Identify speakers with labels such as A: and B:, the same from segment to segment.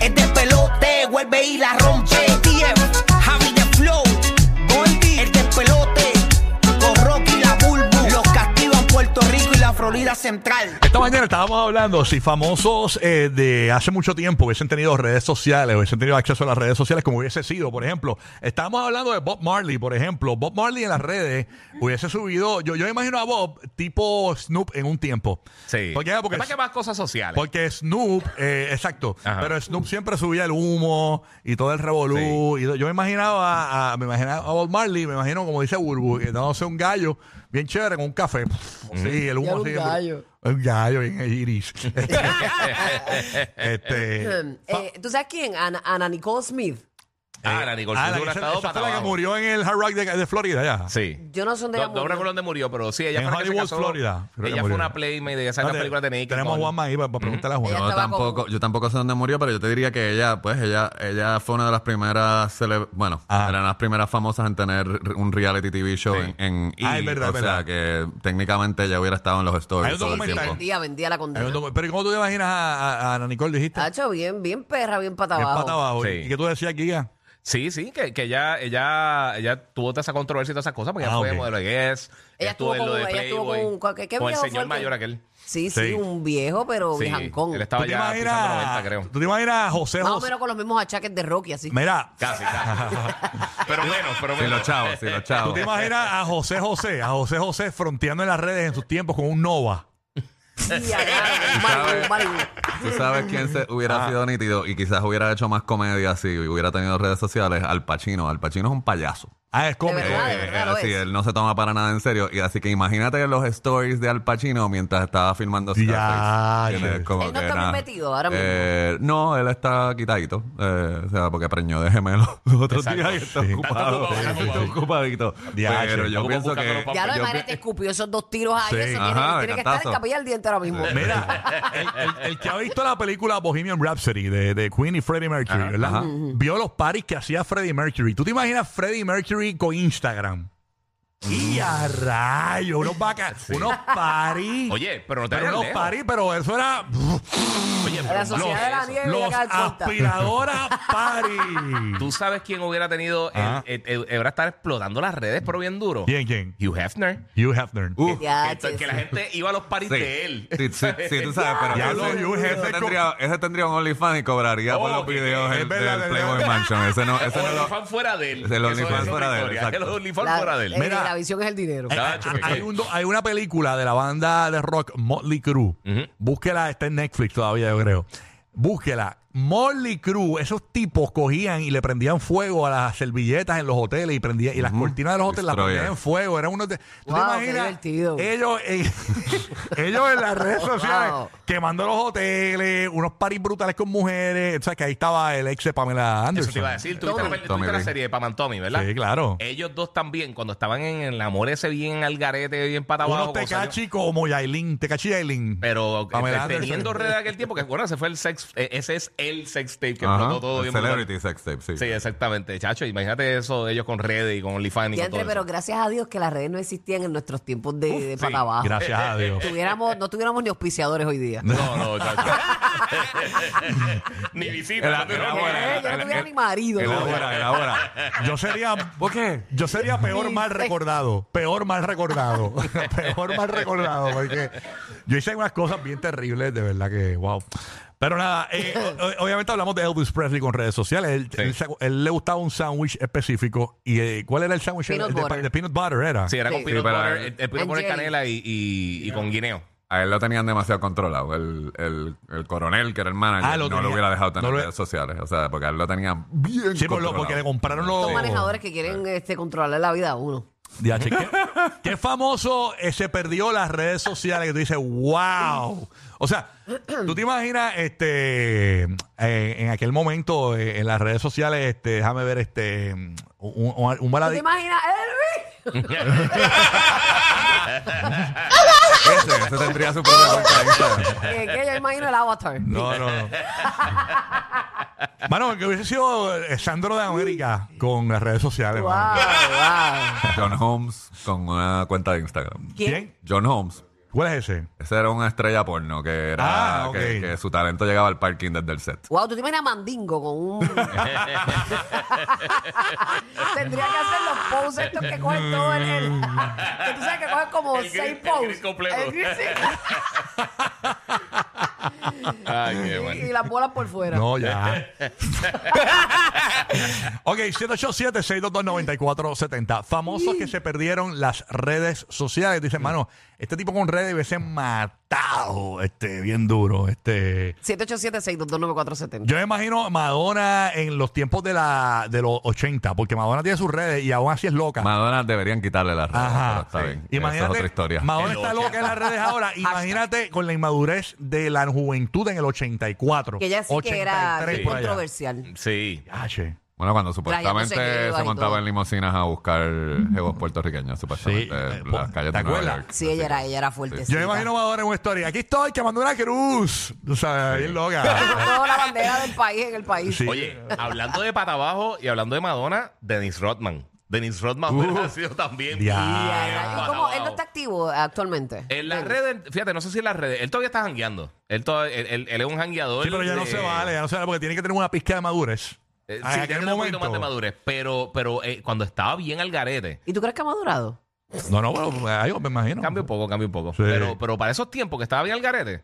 A: Es despelote, vuelve y la rompe. TF, Javi de Flow, Goldie, el despelote. Con Rocky y la Bulbu, los castigan Puerto Rico y la Florida Central.
B: Esta mañana estábamos hablando si famosos eh, de hace mucho tiempo hubiesen tenido redes sociales, hubiesen tenido acceso a las redes sociales como hubiese sido, por ejemplo. Estábamos hablando de Bob Marley, por ejemplo. Bob Marley en las redes hubiese subido, yo, yo imagino a Bob tipo Snoop en un tiempo.
C: Sí.
B: ¿Por qué? Porque,
C: Lo que pasa es que más cosas sociales.
B: porque Snoop, eh, exacto,
C: Ajá.
B: pero Snoop siempre subía el humo y todo el revolú. y todo. yo me imaginaba, a, me imaginaba a Bob Marley, me imagino como dice Burbu, que dándose un gallo bien chévere con un café. Sí, el humo
D: un
B: siempre.
D: gallo.
B: Un gallo bien iris. este,
D: Eh, ¿Tú sabes quién? Ana, Ana Nicole Smith.
C: ah, la Nicole
B: ah, la,
C: Kidman
B: que,
C: ha
B: se-
C: estado
B: esa
C: para
B: fue la que
C: abajo.
B: murió en el Hard Rock de, de Florida, ya.
C: Sí.
D: Yo no sé dónde
C: No,
D: ella
C: no
D: murió.
C: recuerdo dónde murió, pero sí, ella
B: En
C: fue la que se
B: Hollywood,
C: casó-
B: Florida. Creo que
C: Ella fue
B: murió.
C: una playmate de esas
B: No, te-
C: películas de Nicky.
B: Tenemos a
C: con-
B: Juanma ahí para, para preguntarle a Juan.
D: Ella
E: Yo
D: estaba
E: tampoco,
D: con-
E: yo tampoco sé dónde murió, pero yo te diría que ella, pues ella, ella fue una de las primeras, cele- bueno,
B: Ah.
E: eran las primeras famosas en tener un reality TV show
C: Sí.
E: en, en
B: Ah, es
E: E!
B: verdad,
E: o
B: es verdad.
E: sea que técnicamente ella hubiera estado en los
B: Hay un
E: stories
D: Sí,
E: todo el
D: sí,
B: documental.
E: tiempo.
D: vendía, vendía la
B: Hay un
D: condena.
B: docu- Pero ¿cómo tú te imaginas a, a- a Ana Nicole, dijiste?
D: Ha hecho bien, bien perra, bien pata
B: Bien
D: Ah, abajo.
B: pata abajo.
C: Sí.
B: ¿Y qué tú decías, Giga?
C: Sí, sí, que, que ella, ella, ella tuvo toda esa controversia y todas esas cosas, porque
B: Ah,
C: ella fue
B: ok.
C: modelo de Guess,
D: Ella
C: estuvo
D: estuvo
C: en lo de
D: con- ella estuvo
C: Playboy,
D: con un- ¿con qué- qué
C: el
D: viejo fue
C: señor
D: el que-
C: mayor aquel.
D: Sí, sí,
B: Sí.
D: un viejo, pero
C: Sí,
D: viajancón.
C: él estaba
B: ¿Tú te
C: ya pisando 90, creo.
B: ¿Tú te imaginas a José
D: Más o
B: José?
D: menos con los mismos achaques de Rocky, así.
B: Mira,
C: Casi, casi. pero bueno, pero
E: Sí,
C: bueno.
E: los chavos, sí, los
B: ¿tú
E: chavos.
B: te imaginas a José José? A José José fronteando en las redes en sus tiempos con un Nova.
D: Sí, a la- un mal- un mal-
E: Tú sabes quién se
B: Ah.
E: hubiera sido nítido y quizás hubiera hecho más comedia si hubiera tenido redes sociales. Al Pacino, Al Pacino es un payaso.
B: Ah, es cómico.
D: De verdad, de verdad lo
E: así,
D: es.
E: Eh, él no se toma para nada en serio. Y así que imagínate los stories de Al Pacino mientras estaba filmando
B: Ya,
E: Scarface.
B: che.
E: Tiene como
D: Él no
E: que
D: está
E: nada.
D: muy metido ahora mismo.
E: Eh, no, él está quitadito. Eh, o sea, porque preñó de gemelo los otros
C: Exacto.
E: días y está
B: Sí.
E: ocupado.
C: Está ocupado, está
E: Está ocupadito.
B: Ya,
E: Pero
B: che.
E: yo
C: Tampoco
E: pienso
C: buscando
E: que...
C: los
D: Ya lo
C: Yo
D: de te escupió esos dos tiros ahí.
B: Sí.
D: Eso tiene,
E: Ajá,
D: tiene que
E: cantazo.
D: estar en capilla al diente ahora mismo.
B: Mira, el, el- el que ha visto la película Bohemian Rhapsody de, de Queen y Freddie Mercury, ¿verdad?
E: ajá.
B: Vio los paris que hacía Freddie Mercury. ¿Tú te imaginas Freddie Mercury con Instagram?
C: Mm.
B: Y a rayo, unos vacas, unos paris.
C: Oye, pero no te
B: pero
C: vayas
B: unos
C: lejos.
B: paris, pero eso era
C: Oye, pero
D: La
C: no
D: sociedad de la
C: eso.
D: nieve
B: los
D: llega al corta.
B: aspiradoras paris.
C: Tú sabes quién hubiera tenido, el-
B: Ajá.
C: el- el- hubiera estado explotando las redes, pero bien duro.
B: ¿Quién, quién?
C: Hugh Hefner.
B: Hugh Hefner.
C: Uh,
E: Uf,
D: Ya,
C: Esto es
D: che,
C: que la
D: sí.
C: gente iba a los paris
E: Uh, Sí.
C: de él.
E: Sí, sí, sí, tú sabes, pero
B: Ya
E: ese,
B: lo vi, un
E: ese
B: jefe
E: tendría, ese tendría un OnlyFans y cobraría por
C: Oh,
E: los
C: que-
E: videos
B: es
E: del,
B: verdad,
E: del
B: es
E: Playboy
B: verdad.
E: Mansion. Ese no, ese
C: el
E: no lo-
C: OnlyFans fuera de él.
E: Es el
C: Eso-
E: OnlyFans
C: eso es
E: fuera de él,
C: otra historia. Es El
E: exacto.
C: OnlyFans
D: La-
C: fuera de
D: eh,
C: él.
B: Mira.
D: la visión es el dinero.
B: Eh,
C: Tacho,
B: hay-
C: que-
B: hay, un do- hay una película de la banda de rock Motley Crue. Búsquela, está en Netflix todavía, yo creo. Búsquela. Motley Crue, esos tipos cogían y le prendían fuego a las servilletas en los hoteles y prendían, y las cortinas de los hoteles las
E: Destroyer.
B: prendían en fuego. Era uno de, ¿Tú te
D: Wow, qué
B: imaginas?
D: divertido.
B: Ellos, en- ellos en las redes sociales
D: Wow.
B: quemando los hoteles, unos paris brutales con mujeres. O sea, que ahí estaba el ex de Pamela Anderson.
C: Eso te iba a decir. Tú
D: Tommy.
C: viste la- tú viste la
E: Tommy
C: serie de Pam and Tommy, ¿verdad?
B: Sí, claro.
C: Ellos dos también, cuando estaban en el amor ese bien al garete, bien pata abajo.
B: Unos
C: cuando salió-
B: tecachi como Yailin, tecachi Yailin.
C: Pero
B: Pamela
C: este,
B: Anderson.
C: teniendo red de aquel tiempo, que bueno, ese fue el sex, eh, ese es el sex tape que
E: Ajá,
C: explotó todo
E: el
C: bien brutal.
E: Celebrity sex tape, sí.
C: Sí, exactamente, chacho. Imagínate eso, ellos con redes y con OnlyFans y
D: Ya
C: con todo
D: entre,
C: eso.
D: pero gracias a Dios que las redes no existían en nuestros tiempos de, de pata abajo.
B: Gracias a Dios.
D: Tuviéramos, no tuviéramos ni auspiciadores hoy día.
C: No, no, chacho. Ni visita.
E: Era-
C: no te-
E: era
C: no,
E: buena.
D: Eh, yo no
E: el-
D: tuviera
E: el-
D: ni marido.
E: Era
D: ¿no?
E: ahora, era ahora.
B: Yo sería. ¿Por qué? Yo sería peor mal recordado. Peor mal recordado. peor mal recordado. Porque yo hice unas cosas bien terribles, de verdad que, wow. Pero nada, eh, o- o- obviamente hablamos de Elvis Presley con redes sociales. Él, él se- él le gustaba un sándwich específico. ¿Y eh, cuál era el sándwich? El-
D: Peanut
B: el de,
D: butter.
B: de peanut butter era.
C: Sí, era con
D: Sí.
C: peanut
E: Sí, para-
C: butter, el, el peanut
D: And
C: butter
D: jelly.
C: canela y, y, y con guineo.
E: A él lo tenían demasiado controlado. El, el, el coronel, que era el manager,
B: Ah, lo
E: no lo
B: tenía.
E: hubiera dejado tener
B: No lo-
E: redes sociales. O sea, porque a él lo tenían bien
B: Sí, por lo-
E: controlado.
B: porque le compraron los.
D: Estos manejadores que quieren este, controlarle la vida a uno.
B: Diache, ¿qué, qué famoso eh, se perdió las redes sociales que tú dices, wow? O sea, tú te imaginas, este, eh, en aquel momento, eh, en las redes sociales, este, déjame ver, este, um, un, un, un
D: ¿Tú te
B: baladi-
D: imaginas, ¡Eh, Elvis?
E: Ese, ese tendría su propia cuenta de Instagram.
D: Eh, que yo imagino el avatar.
B: No, no, no. Mano, que hubiese sido eh, Sandro de América con las redes sociales.
D: Wow,
B: mano.
D: wow.
E: John Holmes con una cuenta de Instagram.
B: ¿Quién?
E: John Holmes.
B: ¿Cuál es ese?
E: Ese era una estrella porno que era
B: Ah, ok.
E: que, que su talento llegaba al parking desde el set.
D: Wow, tú te imaginas a Mandingo con un. Tendría que hacer los posts estos que cogen todo el. el- que tú sabes que cogen como
C: El gris-
D: seis
C: el gris
D: posts.
C: completo.
D: gris,
C: Ay, qué
D: sí. y,
C: bueno.
D: y las bolas por fuera.
B: No, ya. ok, 787-622-9470. Famosos que se perdieron las redes sociales. Dicen, mano, este tipo con redes hubiese matado este, bien duro. Este.
D: 787-622-9470.
B: Yo me imagino Madonna en los tiempos de, la, de los 80, porque Madonna tiene sus redes y aún así es loca.
E: Madonna deberían quitarle las redes, pero
B: Ajá.
E: está
B: Sí.
E: bien. Esa es
B: Imagínate,
E: otra historia.
B: Madonna
C: El
B: está loca en las redes ahora. Imagínate con la inmadurez de la juventud en el 84.
D: Que ella sí que era
B: 83
D: bien
B: por allá.
D: controversial.
C: Sí.
B: Ah, che.
E: Bueno, cuando supuestamente
D: secretos
E: se
D: y
E: montaba
D: todo.
E: en limusinas a buscar jevos puertorriqueños,
B: Sí,
E: supuestamente,
B: eh,
E: en las
B: po-
E: calles
B: ¿te
E: de Nueva
B: acuerdas?
E: York.
D: Sí, ella era, ella era fuerte.
B: Yo me imagino a Madonna en una historia. Aquí estoy quemando una cruz. Tú sabes, bien loca.
D: la bandera del país en el país.
B: Sí.
C: Oye, hablando de pata abajo y hablando de Madonna, Dennis Rodman. Dennis Rodman hubiera sido también.
B: Ya.
D: Y,
B: Ah,
D: ya era- y
C: pata
D: como él no
C: abajo.
D: está activo actualmente.
C: En las
D: Él-
C: redes, fíjate, no sé si en las redes, él todavía está jangueando. Él, to- él, él- él es un jangueador.
B: Sí, pero ya no
C: de-
B: se vale, ya no se vale, porque tiene que tener una pizca de madurez.
C: Eh,
B: Ah,
C: sí,
B: en
C: tiene que
B: aquel
C: tener un poquito más de
B: momento.
C: madurez. Pero, pero eh, cuando estaba bien al garete,
D: ¿Y tú crees que ha madurado?
B: No, no, bueno, ahí me imagino.
C: cambia un poco, cambia un poco.
B: Sí.
C: Pero, pero para esos tiempos que estaba bien al garete,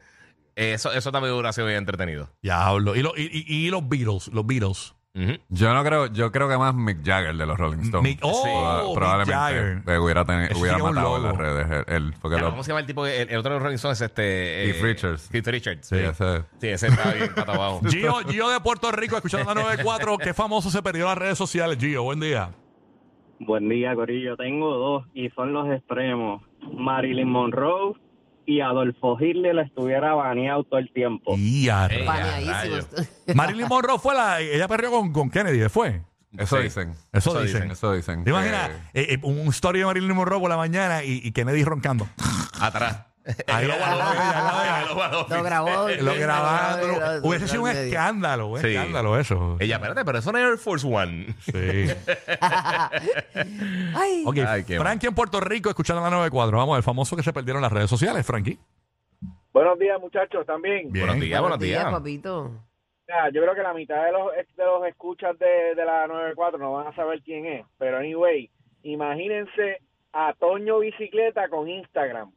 C: eso, eso también hubiera sido bien entretenido.
B: Ya hablo. Y, lo- y- y- y los Beatles, los Beatles.
C: Ujú.
E: Yo no creo, yo creo que más Mick Jagger de los Rolling Stones.
B: Mick- oh,
E: Proba-
B: Mick
E: probablemente
B: Jagger.
E: eh, hubiera, teni-
B: Ese sí
E: hubiera
B: que es un
E: matado en las
B: loco.
E: redes él, él, porque
C: Ya,
E: lo-
C: ¿Cómo se llama el tipo? que- El, el otro de los Rolling Stones, este.
E: Keith Richards.
C: Keith Richards.
E: sí, ese-
C: Sí, ese está bien pata abajo.
B: Gio, Gio de Puerto Rico, escuchando la 94. Qué famoso se perdió en las redes sociales, Gio. Buen día.
F: Buen día, Corillo. Tengo dos y son los extremos. Marilyn Monroe y Adolfo Hitler la estuviera baneado todo el
G: Oh.
F: tiempo.
G: Mm.
B: Y a
C: Ey.
B: ra-
D: Baneadísimo.
B: Marilyn Monroe fue la. Ella perdió con, con Kennedy, ¿fue?
E: eso
C: Sí.
E: dicen.
B: Eso,
C: Eso
B: dicen.
C: dicen.
E: Eso dicen.
B: ¿Te imaginas?
E: que-
B: Eh, eh, un story de Marilyn Monroe por la mañana y, y Kennedy roncando.
C: Atrás.
B: Ahí lo guardó, ya Ah, lo-
D: Lo grabó.
B: Lo grabando.
D: grabó,
B: Hubiese sido un
D: grabó en medio.
B: escándalo, un
C: Sí.
B: escándalo eso.
C: Ella, espérate, pero eso no es Air Force One.
B: Sí.
D: Ay,
B: Ok,
C: Ay, qué
B: Frankie en Puerto Rico escuchando la 94. Vamos, el famoso que se perdieron las redes sociales, Frankie.
G: Buenos días, muchachos, también.
B: Bien.
C: Buenos días, buenos días.
D: papito.
G: Mira, yo creo que la mitad de los, de los escuchas de, de la 94 no van a saber quién es. Pero anyway, imagínense a Toño Bicicleta con Instagram.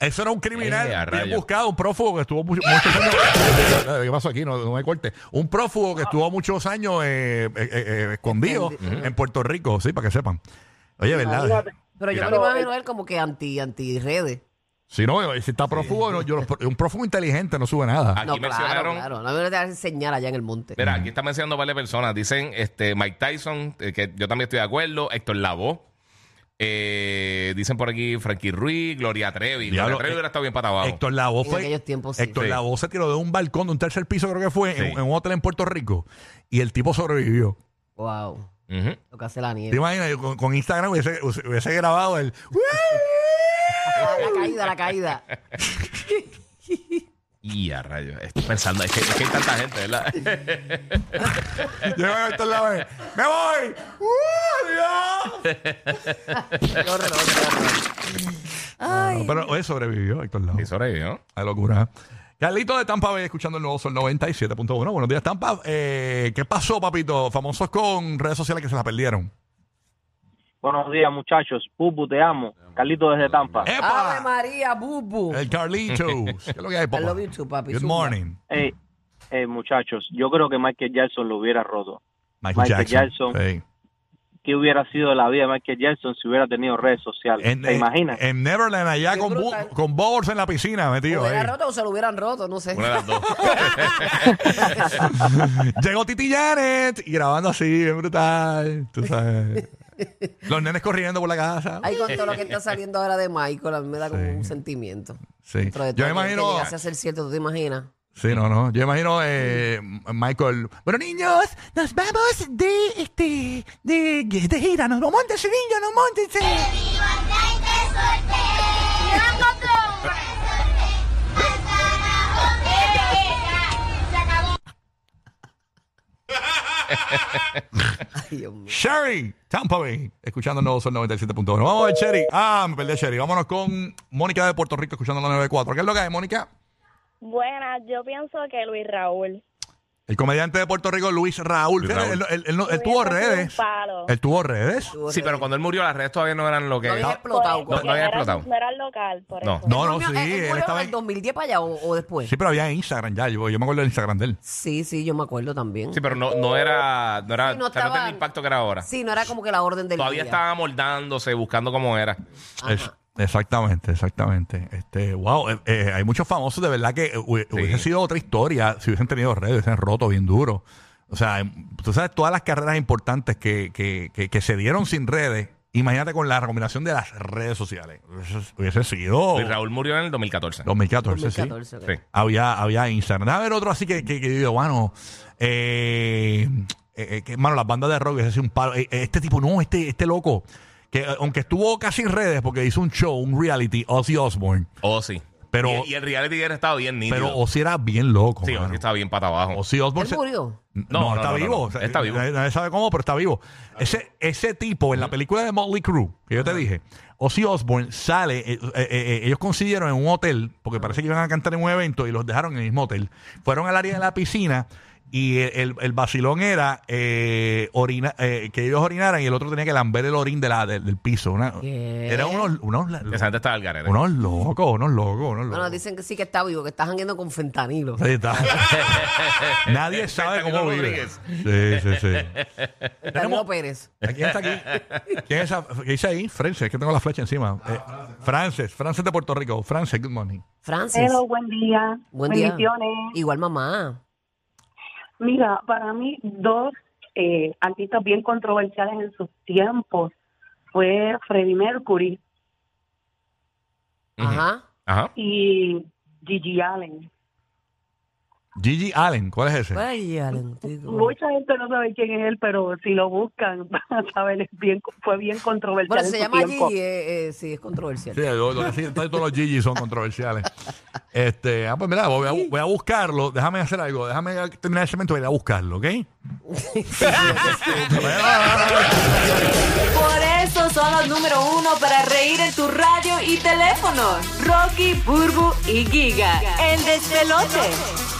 B: Eso era un criminal
C: Eh, a
B: bien
C: rayos.
B: buscado, un prófugo que estuvo mu- muchos años. ¿Qué pasó aquí? No, no hay corte. Un prófugo que estuvo muchos años eh, eh, eh, eh, escondido en Puerto Rico, sí, para que sepan. Oye, ¿verdad?
G: Imagínate.
D: Pero yo
C: Mira.
D: me lo imagino a él como que anti, anti redes.
B: Si no, eh, si está prófugo, no, yo los- un prófugo inteligente no sube nada.
C: Aquí
D: No, claro,
C: mencionaron-
D: claro. No me voy a enseñar allá en el monte.
C: Mira,
B: Mm.
C: aquí están mencionando varias personas. Dicen este, Mike Tyson, eh, que yo también estoy de acuerdo. Héctor Lavoe. Eh, dicen por aquí Frankie Ruiz, Gloria Trevi.
B: Diablo,
C: Gloria Trevi
B: eh,
C: hubiera estado bien para abajo.
B: Héctor Lavoe
D: En
B: fue.
D: aquellos tiempos, Pues sí.
B: Héctor
C: Sí.
B: Lavoe se tiró de un balcón, de un tercer piso, creo que fue, en,
C: Sí.
B: en un hotel en Puerto Rico. Y el tipo sobrevivió.
D: Wow.
C: Ujú.
D: Lo que hace la
B: ¿Te
D: nieve.
B: imaginas? Con, con Instagram hubiese, hubiese grabado el.
D: Ah, La caída, la caída.
C: Y a rayos. Estoy pensando, es que, es que hay tanta gente, ¿verdad?
B: Llega Héctor Lavoe, ¡Me voy! ¡Uh, Dios!
D: Qué horror, qué horror.
B: No, pero hoy sobrevivió Héctor Lavoe.
C: Y sobrevivió.
B: La locura. Carlito de Tampa Bay escuchando el nuevo Sol 97.1. Buenos días, Tampa. Eh, ¿Qué pasó, papito? Famosos con redes sociales que se la perdieron.
G: Buenos días, muchachos. Pupu, te amo. Carlito desde Tampa.
D: Ah, Ave
B: ¡Epa!
D: María, bubu.
B: El Carlitos. ¿Qué es lo que hay, papá?
D: I love you too, papi.
B: Good
D: Zumba.
B: morning.
G: Eh, eh, muchachos, yo creo que Michael Jackson lo hubiera roto.
B: Michael,
G: Michael
B: Jackson.
G: Jackson.
B: Sí.
G: ¿Qué hubiera sido la vida de Michael Jackson si hubiera tenido redes sociales?
B: En, eh,
G: ¿Te
B: en-
G: imaginas?
B: En Neverland, allá
D: Qué
B: con, bu-
D: brutal.
B: con Bowers en la piscina,
D: ¿Lo
B: metido.
D: hubiera
B: ahí.
D: roto o se lo hubieran roto? No sé.
C: Una de las dos.
B: Llegó Titi Janet y grabando así, bien brutal. Tú sabes. Los nenes corriendo por la casa.
D: Ahí con todo lo que está saliendo ahora de Michael, a mí me da como un sentimiento.
B: Sí.
D: Dentro de
B: Yo
D: todo,
B: me
D: Que
B: imagino.
D: llegase a ser cierto, ¿tú te imaginas?
B: Sí, no, no. Yo imagino eh, Michael. Bueno, niños, nos vamos de este de, de gira. Nos no montense, niños, no montense.
D: Ay, Dios mío.
B: Sherry, Tampa Bay, escuchando el nuevo Sol 97.1. Vamos a ver, Sherry. Ah, me perdí a Sherry. Vámonos con Mónica de Puerto Rico, escuchando la 94. ¿Qué es lo que hay, Mónica?
H: Buenas, yo pienso que Luis Raúl.
B: El comediante de Puerto Rico, Luis Raúl.
C: Luis Raúl.
B: Él, él- él no- él tuvo
H: Hubiese sido un
B: redes.
H: palo.
B: Él tuvo redes.
C: Sí, pero cuando él murió, las redes todavía no eran lo que.
D: No había
H: Por
D: explotado.
H: eso,
C: No, no había
H: era-
C: explotado.
H: No era local, por
C: No.
H: eso.
B: No, no,
D: Él
B: sí.
D: murió- él- él
B: Él
D: murió
B: estaba
D: en el
B: en...
D: 2010 para allá o, o después.
B: Sí, pero había Instagram ya. Yo, yo me acuerdo del Instagram de él.
D: Sí, sí, yo me acuerdo también.
C: Sí, pero no, no era. No era
D: Sí, no
C: o sea, no tenía
D: estaba-
C: el impacto que era ahora.
D: Sí, no era como que la orden del
C: Todavía
D: día.
C: estaba amoldándose, buscando cómo era.
B: Es- exactamente, exactamente. Este, wow, eh, eh, hay muchos famosos de verdad que eh, hu- hubiese sido otra historia si hubiesen tenido redes, hubiesen roto bien duro. O sea, em, tú sabes todas las carreras importantes que, que, que, que se dieron sin redes. Imagínate con la combinación de las redes sociales. Eso es- Hubiese sido
C: Luis Raúl murió en el 2014.
B: 2014, sí.
D: 2014. ok.
C: Sí.
B: Había, había Instagram. Déjame ver otro así que, que, que yo digo, mano, eh, eh, eh, que, mano, las bandas de rock, ese es un palo. Eh, eh, este tipo, no, este, este loco, que eh, aunque estuvo casi en redes porque hizo un show, un reality, Ozzy Osbourne,
C: Oh, sí.
B: Pero-
C: y, y el reality era estaba bien nítido.
B: pero Ozzy era bien loco.
C: sí,
B: mano. Oh,
C: Ozzy estaba bien pata abajo.
B: Ozzy Osbourne.
D: Él
B: se-
D: murió.
B: No,
C: No, no,
B: está
C: no,
B: vivo.
C: no, no.
B: O sea, eh,
C: Está vivo.
B: Nadie, nadie sabe cómo, pero está vivo. Ese, ese tipo, en la película de Motley Crue, que yo te dije, Ozzy Osbourne sale, eh, eh, eh, ellos consiguieron en un hotel, porque parece que iban a cantar en un evento y los dejaron en el mismo hotel. Fueron al área de la piscina y el, el- el vacilón era eh, orina- eh, que ellos orinaran y el otro tenía que lamber el orín de la, del, del piso. Una,
D: ¿Qué?
B: Era unos, unos,
C: Esa gente estaba al garete.
B: unos locos, unos locos, unos
D: Bueno,
B: locos.
D: dicen que sí que está vivo, que está jangueando con fentanilo.
B: Ahí está. Nadie sabe cómo
C: Fentanilo
B: vive. Sí, sí, sí.
D: Danilo Pérez.
B: ¿A ¿Quién está aquí? ¿Quién es esa- ¿Qué dice ahí? Frances, es que tengo la flecha encima. Eh, Frances, Frances de Puerto Rico. Frances, good morning.
D: Francis.
I: Hello, buen día.
D: Buen día.
I: Bendiciones.
D: Igual mamá.
I: Mira, para mí, dos eh, artistas bien controversiales en sus tiempos fue Freddie Mercury
C: Ujú.
D: Ajá.
C: Ajá.
I: y Gigi Allen.
B: Gigi Allen, ¿cuál es ese?
D: Ay, Alentico.
I: Mucha gente no sabe quién es él, pero si lo buscan, van a saber, es bien, fue bien controversial
D: Bueno,
I: en
D: se
I: su
D: llama
I: tiempo.
D: Gigi, eh, eh, sí, es controversial.
B: Sí, yo- yo- sí, todos los Gigi son controversiales. Este, ah, pues mira, voy a, bu- voy a buscarlo. Déjame hacer algo. Déjame terminar el segmento y voy a ir a buscarlo, ¿ok?
J: Por eso son los número uno para reír en tu radio y teléfono. Rocky, Burbu y Giga. El despelote.